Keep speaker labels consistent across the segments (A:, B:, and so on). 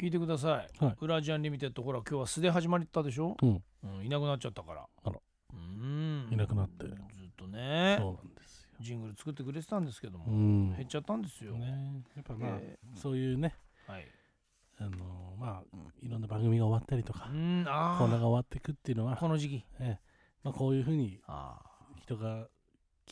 A: 聞いてください、
B: はい
A: ウラジアンリミテッドほら今日は素で始まったでしょ、
B: うん
A: うん、いなくなっちゃったから
B: あら
A: うん
B: いなくなって
A: ずっとね
B: そうなんですよ
A: ジングル作ってくれてたんですけども、
B: うん
A: 減っちゃったんですよ、
B: ねやっぱまあ、
A: え
B: そういうね
A: ーはい
B: あのーまあいろんな番組が終わったりとか
A: うんあ
B: コーナー
A: ー
B: が終わっていくっていうのは
A: この時期
B: ええまあ、こういうふうに
A: あ
B: 人が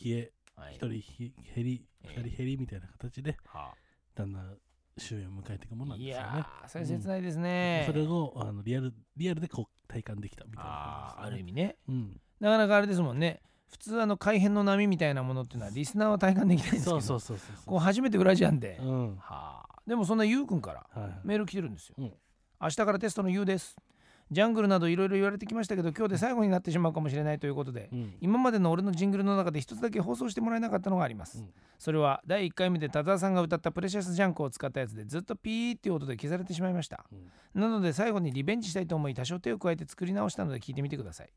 B: 消え
A: あ
B: 一人ひ減り
A: え
B: 二
A: え
B: 人減りみたいな形で
A: は
B: だんだん終焉を迎えていくも
A: あ
B: のなん
A: い
B: ですよ
A: や
B: ね。
A: ーそれ切ないですね、
B: それをあのリアルリアルでこう体感できたみたいな
A: あああ
B: 感じ
A: る
B: で
A: 意味
B: すね
A: ね
B: うん、
A: なかなかあれですもんね普通あの改変の波みたいなものっていうのはリスナーは体感できないんですけど
B: そうそうそうそう
A: こう初めてウラジアンで、
B: うんは
A: はあでもそんなゆうくんから
B: いはい
A: メール来てるんですよ、
B: うん
A: 明日からテストのゆうですジャングルなどいろいろ言われてきましたけど今日で最後になってしまうかもしれないということで、
B: うん
A: 今までの俺のジングルの中で一つだけ放送してもらえなかったのがあります、
B: うん
A: それは第1回目で田沢さんが歌った「プレシャスジャンク」を使ったやつでずっとピーっていう音で消されてしまいました、
B: うん
A: なので最後にリベンジしたいと思い多少手を加えて作り直したので聞いてみてください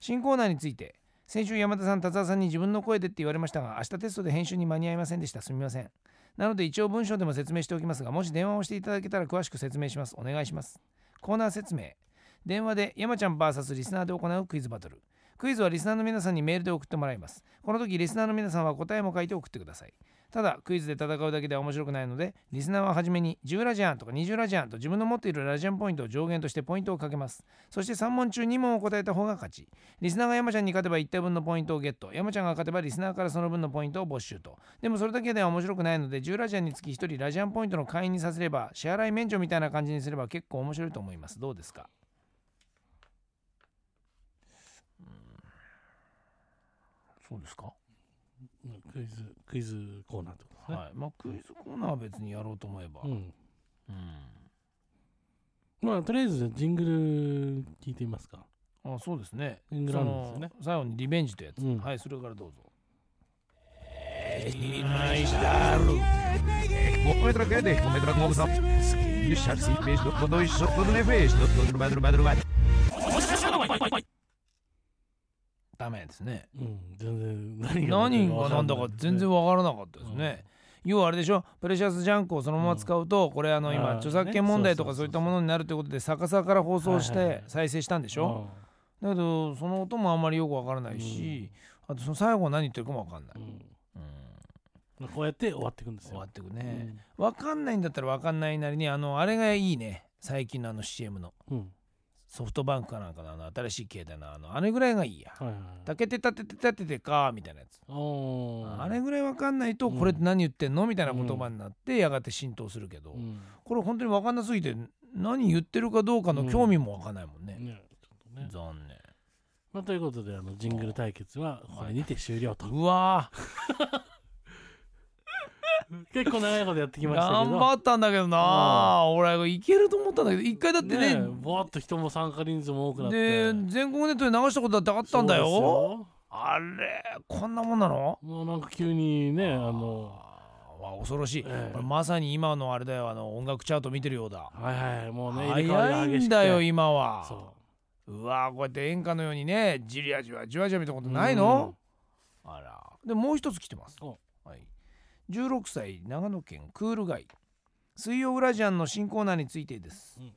A: 新コーナーについて先週山田さん田沢さんに自分の声でって言われましたが明日テストで編集に間に合いませんでしたすみませんなので一応文章でも説明しておきますがもし電話をしていただけたら詳しく説明しますお願いしますコーナー説明電話で山ちゃん VS リスナーで行うクイズバトルクイズはリスナーの皆さんにメールで送ってもらいますこの時リスナーの皆さんは答えも書いて送ってくださいただクイズで戦うだけでは面白くないのでリスナーは初めに10ラジアンとか20ラジアンと自分の持っているラジアンポイントを上限としてポイントをかけますそして3問中2問を答えた方が勝ちリスナーが山ちゃんに勝てば1体分のポイントをゲット山ちゃんが勝てばリスナーからその分のポイントを没収とでもそれだけでは面白くないので10ラジアンにつき1人ラジアンポイントの会員にさせれば支払い免除みたいな感じにすれば結構面白いと思いますどうですかそうですか
B: クイズクイズコーナーってことですね。
A: はい、まあクイズコーナーは別にやろうと思えば、
B: うん、
A: うん
B: まあとりあえずジングル聞いてみますか。
A: あそうですね
B: ジングルあるんですよね。
A: その最後にリベンジというやつ、
B: うん
A: はいそれからどうぞ
C: Outra grande, outra confusão. Deixar se beijo, quando eu sou todo nevês, todo madrugada.
A: ダメですね
B: うん、全然何が
A: 何が何だか全然わからなかったですね、要はあれでしょプレシャスジャンクをそのまま使うと、これあの
B: あ
A: 今
B: ー
A: 著作権問題とか
B: ね
A: そ
B: そうう
A: い
B: そうそうそう
A: ったものになるということで逆さから放送し
B: はいはいは
A: て
B: い
A: 再生したんで
B: で
A: しょ、だけどその音もあんまりよくわからないし、あとその最後何言ってるかもわかんない、うん
B: まあこうやって終わっていくんです
A: 終わ
B: よ
A: っ。てくね、わかんないんだったらわかんないなりにあのあれがいいね最近のあの CM の
B: うん、うん
A: ソフトバンクかなんかのあの新しい携帯のあのあれぐらいがいいや。
B: はいはいはい。
A: たけてたててたててかみたいなやつ。
B: おー
A: あれぐらいわかんないと
B: うん
A: これって何言ってんのみたいな言葉になってやがて浸透するけど
B: うん
A: これ本当にわかんなすぎて何言ってるかどうかの興味もわかんないもんね。
B: ねちょっとね
A: 残念。
B: まあ、ということであのジングル対決はこれにて終了と
A: うわー
B: 結構長いことやってきましたけ
A: 頑
B: ど
A: 張ったんだけどな俺いけると思ったんだけど一回だってね
B: ねぼわっと人も参加人数も多くなって
A: で全国ネットで流したことだってあったんだ
B: そう
A: よ。
B: です
A: あれこんなもんなの
B: もうなんか急にねあの
A: あーわ恐ろしい、
B: ええ
A: これまさに今のあれだよあの音楽チャート見てるようだ
B: はいはいもうね入れ替わり
A: 早
B: が
A: い
B: 激し
A: ん
B: くて
A: だよ今は
B: そう
A: わーこうやって演歌のようにねじりあじわじわじわ見たことないの、あらでもう一つ来てます、
B: お
A: はい、16歳長野県クール街水曜ウラジアンの新コーナーについてです、
B: うん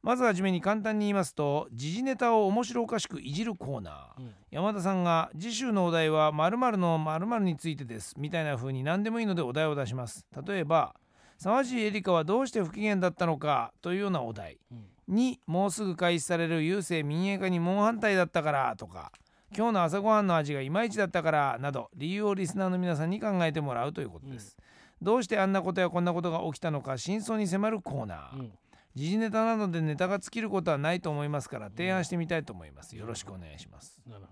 A: まずはじめに簡単に言いますと時事ネタを面白おかしくいじるコーナー、
B: う、うん
A: 山田さんが次週のお題は〇〇の〇〇についてですみたいな風に何でもいいのでお題を出します例えば沢尻エリカはどうして不機嫌だったのかというようなお題
B: うん
A: 2もうすぐ開始される郵政民営化に猛反対だったからとか今日の朝ごはんの味がいまいちだったからなど理由をリスナーの皆さんに考えてもらうということです、どうしてあんなことやこんなことが起きたのか真相に迫るコーナー、
B: うん
A: 時事ネタなどでネタが尽きることはないと思いますから提案してみたいと思いますよろしくお願いします
B: なる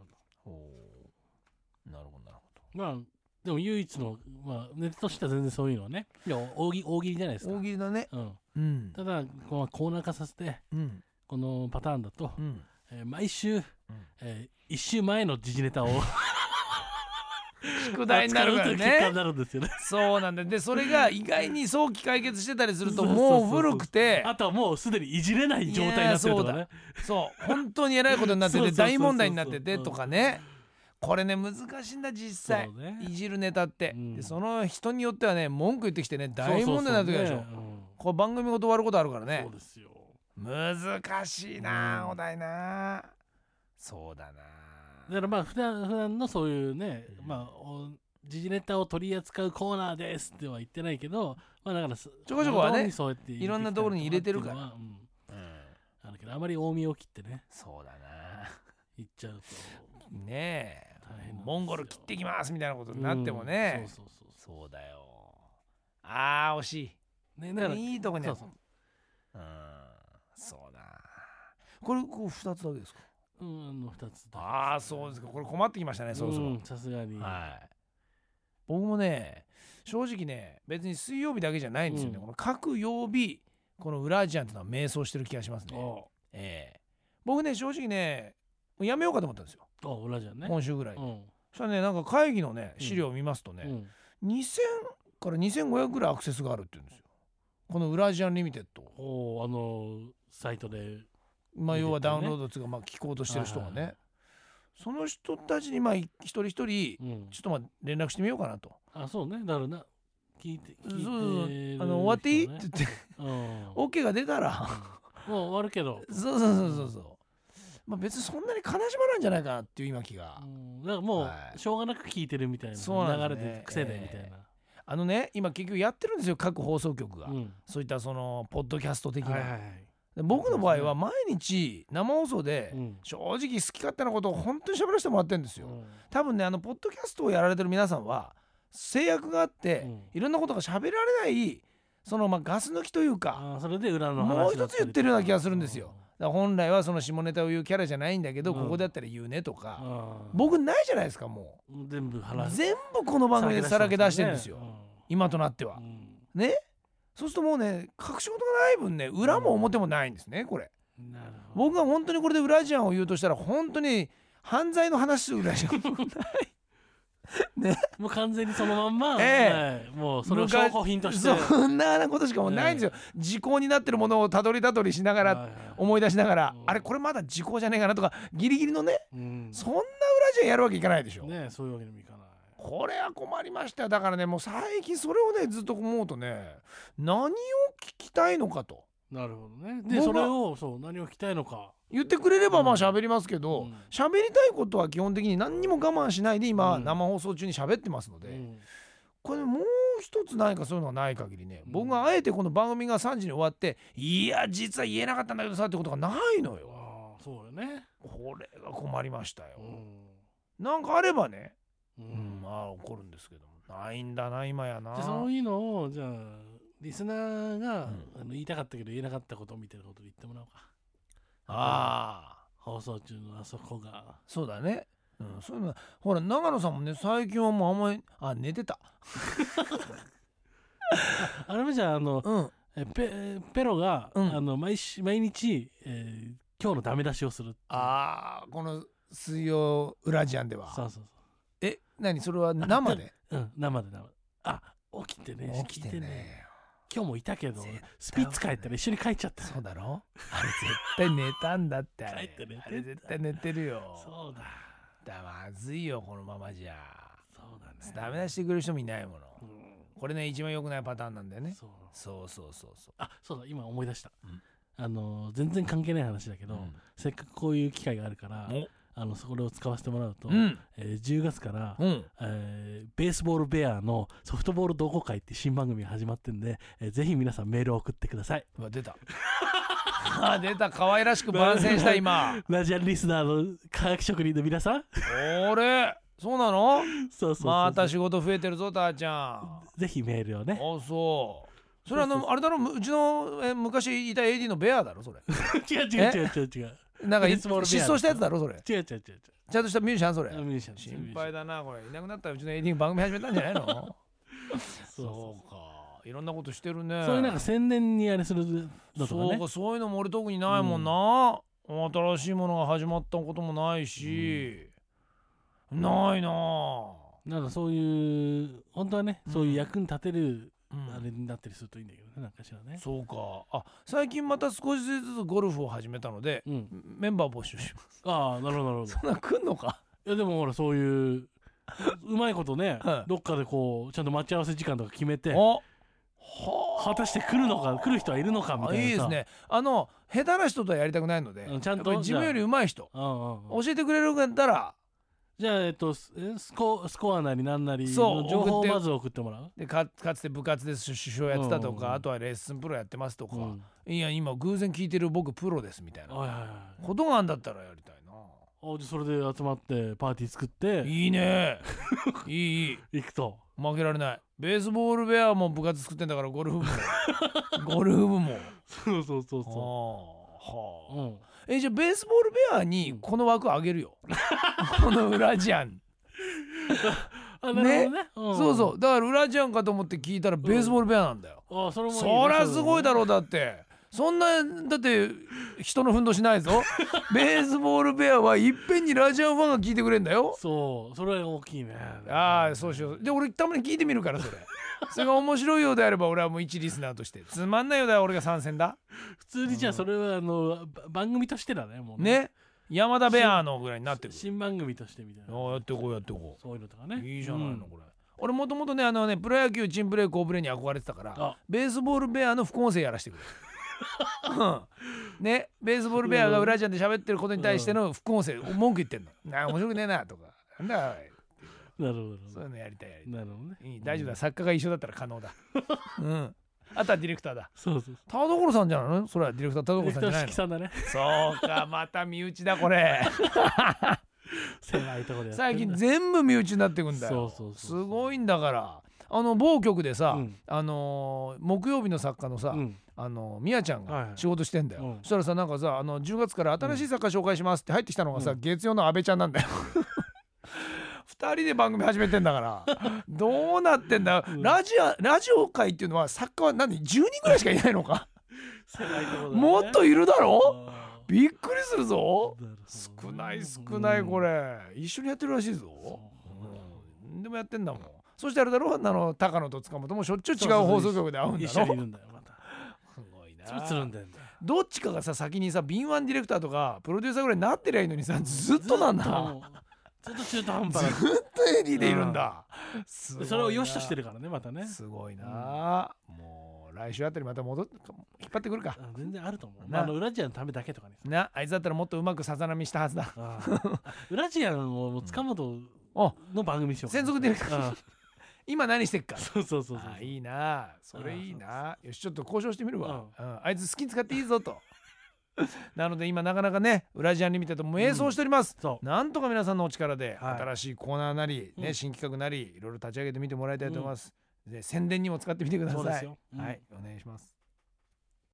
B: ほど
A: おなるほどなるほ
B: まあでも唯一のまあネタとしては全然そういうのはねいや大喜大喜利じゃないですか
A: 大喜利だね
B: うん、
A: うん
B: ただこうコーナー化させて
A: うん
B: このパターンだと、
A: うん
B: えー毎週、えー一週前の時事 ネタを
A: 宿題になるか
B: 扱
A: ら
B: うという結果
A: ね
B: になるんですよね
A: そうなんだよでそれが意外に早期解決してたりすると
B: そうそう
A: も
B: そうう
A: 古くて
B: あとはもうすでにいじれない状態になってるとか
A: いや
B: ね
A: そう本当にえらいことになって
B: そう
A: て
B: そうそうそ
A: 大
B: う
A: 問題になっててとかねこれね難しいんだ実際
B: そうね
A: いじるネタって
B: うん
A: でその人によってはね文句言ってきてね大
B: そうそ
A: 問
B: う
A: 題になる時あるでし
B: そう
A: ょ
B: ねうん
A: これ番組ごと終わることあるからね
B: そうですよ
A: 難しいなあ
B: うん
A: お題なあそうだなあ
B: だからまあ普段普段のそういうね、
A: うん
B: まあお時事ネタを取り扱うコーナーですっては言ってないけどまあだからちょ
A: こちょこはね
B: そうやって
A: いろんなところに入れてるから
B: 入てき
A: うん
B: たりとっていうのはうんあるけどあまり大身を切ってね
A: そうだなあ
B: 言っちゃうと
A: ね
B: 大変な
A: え
B: んですよ
A: モンゴル切ってきますみたいなことになっても
B: う
A: ね
B: ん、そうそうそうそ
A: そうだよあー惜し
B: うね
A: い
B: だから
A: いいとこにあった
B: そう
A: うんそうだこれこう2つだけですか
B: そううんあの二つだけですね
A: ああそうですかこれ困ってきましたねそろそろ、
B: うんさすがに
A: はい僕もね正直ね別に水曜日だけじゃないんですよね、
B: うん
A: この各曜日このウラジアンっていうのは迷走してる気がしますね
B: お
A: ええ僕ね正直ねもうやめようかと思ったんですよ、
B: あ裏じゃんね
A: 今週ぐらいで、
B: うん
A: そしたらねなんか会議のね
B: うん
A: 資料を見ますとね、
B: うん
A: 2000から2500ぐらいアクセスがあるって言うんですよこのウラジアンリミテッド
B: おーあのサイトで
A: まあ
B: リミテッドね
A: 要はダウンロードっていうかまあ聞こうとしてる人が
B: はいはいは
A: ね
B: い
A: その人たちにまあ一人一人ちょ
B: うん
A: っとまあ連絡してみようかなと
B: あそうねだからな聞いて聞いて
A: そうそ
B: る人
A: う
B: ね
A: あの終わっていいって言って
B: うん
A: OK が出たら
B: もう終わるけど
A: そうそうそうそうそうまあ別にそんなに悲しまないんじゃないかなっていう今気が
B: うんだからもう
A: はい
B: しょうがなく聞いてるみたい
A: そうな
B: なん
A: で
B: 流
A: す
B: れ
A: ね
B: で癖でみたいな
A: あのね今結局やってるんですよ各放送局が
B: うん
A: そういったそのポッドキャスト的
B: はいはい
A: な
B: はい
A: で僕の場合は毎日生放送で
B: うん
A: 正直好き勝手なことを本当に喋らせてもらってるんですよ多分ねあのポッドキャストをやられてる皆さんは制約があって、
B: うん
A: いろんなことが喋られないそのまあガス抜きというか
B: あーそれで裏の話
A: もう一
B: だ
A: つ
B: た
A: 言
B: り
A: ってるような気がするんですよ。だから本来はその下ネタを言うキャラじゃないんだけど、
B: うん
A: ここだったら言うねと
B: う
A: か、
B: ん
A: 僕ないじゃないですかも
B: うん全部
A: う
B: 話
A: 全部この番組でさらけ出してるんですよ、今となっては
B: う、ん
A: そうするともうね隠し事がない分ね裏も表もないんですねこれ
B: なるほど
A: 僕が本当にこれで裏ジアンを言うとしたら本当に犯罪の話するぐらいじゃん
B: もう完全にそのまんま、
A: え
B: はいもう それを証拠品として
A: そんなことしかもうないんですよ、時効になってるものをたどりたどりしながら
B: はいはい
A: 思い出しながら、
B: うん
A: あれこれまだ時効じゃねえかなとかギリギリのね
B: うん
A: そんな裏じゃやるわけいかないでしょ、
B: ねそういうわけにもいかない
A: これは困りましたよだからねもう最近それをねずっと思うとね何を聞きたいのかと
B: なるほどね
A: 僕
B: で
A: は
B: それをそう何を聞きたいのか
A: 言ってくれればまあ
B: うん
A: 喋りますけど
B: うん
A: 喋、りたいことは基本的に何にも我慢しないで今
B: うん
A: 生放送中に喋ってますので、
B: うん
A: これもう一つ何かそういうのがない限りね、
B: うん
A: 僕があえてこの番組が3時に終わっていや実は言えなかったんだけどさってことがないのよ
B: ああそうよね
A: これが困りましたよ、
B: うん
A: なんかあればね
B: う
A: うん
B: ん
A: まあ怒るんですけどもないんだな今やな
B: じゃあそういうのをじゃあリスナーが、
A: うん
B: あの言いたかったけど言えなかったことみたいなことで言ってもらおうか
A: ああ
B: 放送中のあそこが
A: そうだね。うん、そういうのほら長野さんもね最近はもうあんまりあ寝てた、
B: あれもじゃああの
A: うん、
B: えペペロが、
A: うん
B: あの毎し毎日、えー今日のダメ出しをするっていう
A: あーこの水曜ウラジアンでは
B: そうそう
A: え何それは生で
B: そう、うん、生で生であ起きて ね
A: 起きて
B: 聞い
A: ね
B: 今日もいたけど
A: 絶対
B: スピッツ帰ったら一緒に帰っちゃった
A: そうだろあれ絶対寝たんだってあ
B: 帰っ
A: れ
B: て寝てた
A: あれ絶対寝てるよ
B: そうだ
A: だまずいよこのままじゃ
B: そうだね
A: ダメ出してくれる人もいないもの
B: うん
A: これね一番良くないパターンなんだよね
B: そう
A: そうそうそうそ
B: あそうだ今思い出した、
A: うん
B: あの全然関係ない話だけ
A: う
B: ど、せっかくこういう機会があるからあのそこを使わせてもらうと、
A: おうん
B: えー10月から、
A: うん
B: えーベースボールベアのソフトボール同好会って新番組が始まってんで、えーぜひ皆さんメールを送ってくださいう
A: わ出た あ出た可愛らしく番宣 した今
B: ラジアンリスナーの科学職人の皆さん
A: 俺そうなの
B: そうそうそうそう
A: また仕事増えてるぞたー ちゃんあ
B: ぜひメール をね
A: そうそれあのあれだろうちのえ昔いた AD のベアだろそれ
B: 違う 違う違う違う違う
A: なん かい
B: ベース
A: 失
B: ボールベアです
A: 踪したやつだろそれ
B: 違う違う違う違う
A: ちゃんとしたミュージシャンそれ
B: あミュージシャンです
A: 心配だなこれいなくなったらうちの AD 番組始めたんじゃない の
B: そうそう
A: かいろんなことしてるね
B: そういうなんか宣伝にあれするのとか
A: そう
B: ね
A: かそういうのも俺特にないもんな、新しいものが始まったこともないし、ないなあ
B: なんかそういう本当はね、
A: うん
B: そういう役に立てる
A: うん
B: あれになったりするといいんだけどねなんかしらね
A: そうかあ最近また少しずつゴルフを始めたので
B: うん
A: メンバー募集します
B: ああなるほどなるほど
A: そん なん来んのか
B: いやでもほらそういううまいことね、
A: はい
B: どっかでこうちゃんと待ち合わせ時間とか決めて
A: おは
B: 果たして来るのか来る人はいるのかみた
A: あ
B: いなさ
A: いいですねあの下手な人とはやりたくないので
B: うんちゃんと
A: やっぱり自分より上手い人
B: うんうんうん
A: 教えてくれるんだったら
B: じゃあえっとススコスコアなりなんなり
A: そ
B: の
A: う
B: 情
A: 送っ
B: 報を
A: て
B: まず送ってもらう
A: でかかつて部活で首相やってたと
B: うんうんうん
A: かあとはレッスンプロやってますとか
B: うん
A: いや今偶然聞いてる僕プロですみたいな
B: はいはいはい
A: ことがあんだったらやりたいな
B: あじゃあそれで集まってパーティー作って
A: いい ねいいいい
B: 行くと
A: 負けられないベースボールベアも部活作ってんだからゴルフ部 もゴルフ部も
B: そうそうそうそ
A: あ
B: う、
A: あはあ
B: うん、
A: えじゃあベースボールベアにこの枠あげるよ このウラジアン
B: あなるほどねん
A: そうそうだからウラジアンかと思って聞いたらベースボールベアなんだよ
B: あそれもいいね
A: そりゃすごいだろ
B: う
A: うだってそんなだって人のふんどしない ぞベースボールベアはいっぺんにラジアンファンが聞いてくれんだよ
B: そうそれは大きいね
A: ああそうしようで俺たまに聞いてみるからそれ それが面白いようであれば俺はもう一リスナーとしてつまんないようでは俺が参戦だ
B: 普通にじゃあそれはあのば番組としてだねもう
A: ね山田ベアのぐらいになってくる
B: 新番組としてみたい
A: あ
B: な
A: あやってこうやってこ
B: そういうのとかね
A: ういいじゃないの
B: うん
A: これ俺もともとねあのねプロ野球チンプレー好プレーに憧れてたから
B: あ
A: ベースボールベアの副音声やらせてくれうんねベースボールベアが裏ちゃんで喋ってることに対しての副音声文句言ってんの「なあ面白くねえな」とか「なんだおい
B: なるほどなるほ
A: そういうのやりたいやりたい
B: どなるほどね
A: いい大丈夫だ、作家が一緒だったら可能だうんあとはディレクターだ
B: そうそう
A: 田所さんじゃないのそれはディレクター田
B: そう
A: 所
B: レ
A: さ
B: ク
A: んじ
B: タ
A: ゃな
B: ー
A: い
B: 式
A: の
B: さん だね
A: そうかまた身内だこれ
B: 狭いところでやってるな
A: 最近全部身内になってくんだよ
B: そうそうそう
A: すごいんだからあの某局でさ、
B: うん
A: あのー木曜日の作家のさ、
B: うん
A: あのーみやちゃん
B: はい
A: が仕事してんだよ、
B: うん
A: そしたらさなんかさあの10月から新しい作家紹介しますって入ってきたのがさ、月曜の阿部ちゃんなんだよ 2人で番組始めてんだからどうなってんだ、
B: うん
A: ラジオラジオ界っていうのは作家は何10人ぐらいしかいないの か
B: 狭いところだね
A: もっといるだろ
B: あー
A: びっくりするぞ
B: なるほ
A: 少
B: どね
A: ない少ないこれ一緒にやってるらしいぞうんでもやってんだもんそしてあれだろあの高野と塚本もしょっちゅう違う放送局で会うんだ
B: 一緒にい
A: ろ
B: るんだよまた
A: すごいな
B: つるつるんだよね
A: どっちかがさ先にさ敏腕ディレクターとかプロデューサーぐらいになってりゃいいのにさずっとなんだ
B: ずっと中途半端な
A: ずっとエディでいるんだすごいな
B: それを良しとしてるからねまたね
A: すごいなもう来週あたりまた戻って引っ張ってくるか
B: あ全然あると思う、
A: な
B: まあ、あのウラジアンのためだけとかね
A: なあいつだったらもっとうまくさざ波したはずだ
B: あ ーウラジアンをもう塚本
A: あ
B: の番組にしようか
A: 専
B: な
A: 属ディレクター
B: あー
A: 今何してっか
B: そうそうそうそう
A: あいいなそれいいなよしちょっと交渉してみるわ、
B: う
A: うんあいつ好きに使っていいぞと なので今なかなかねウラジアンリミテッドも迷走しております、
B: そう
A: なんとか皆さんのお力で
B: はい
A: 新しいコーナーなり、
B: う
A: ね
B: ん
A: 新企画なりいろいろ立ち上げてみてもらいたいと思います、で宣伝にも使ってみてくださ
B: そうです
A: い
B: よ、うん
A: はいお願いします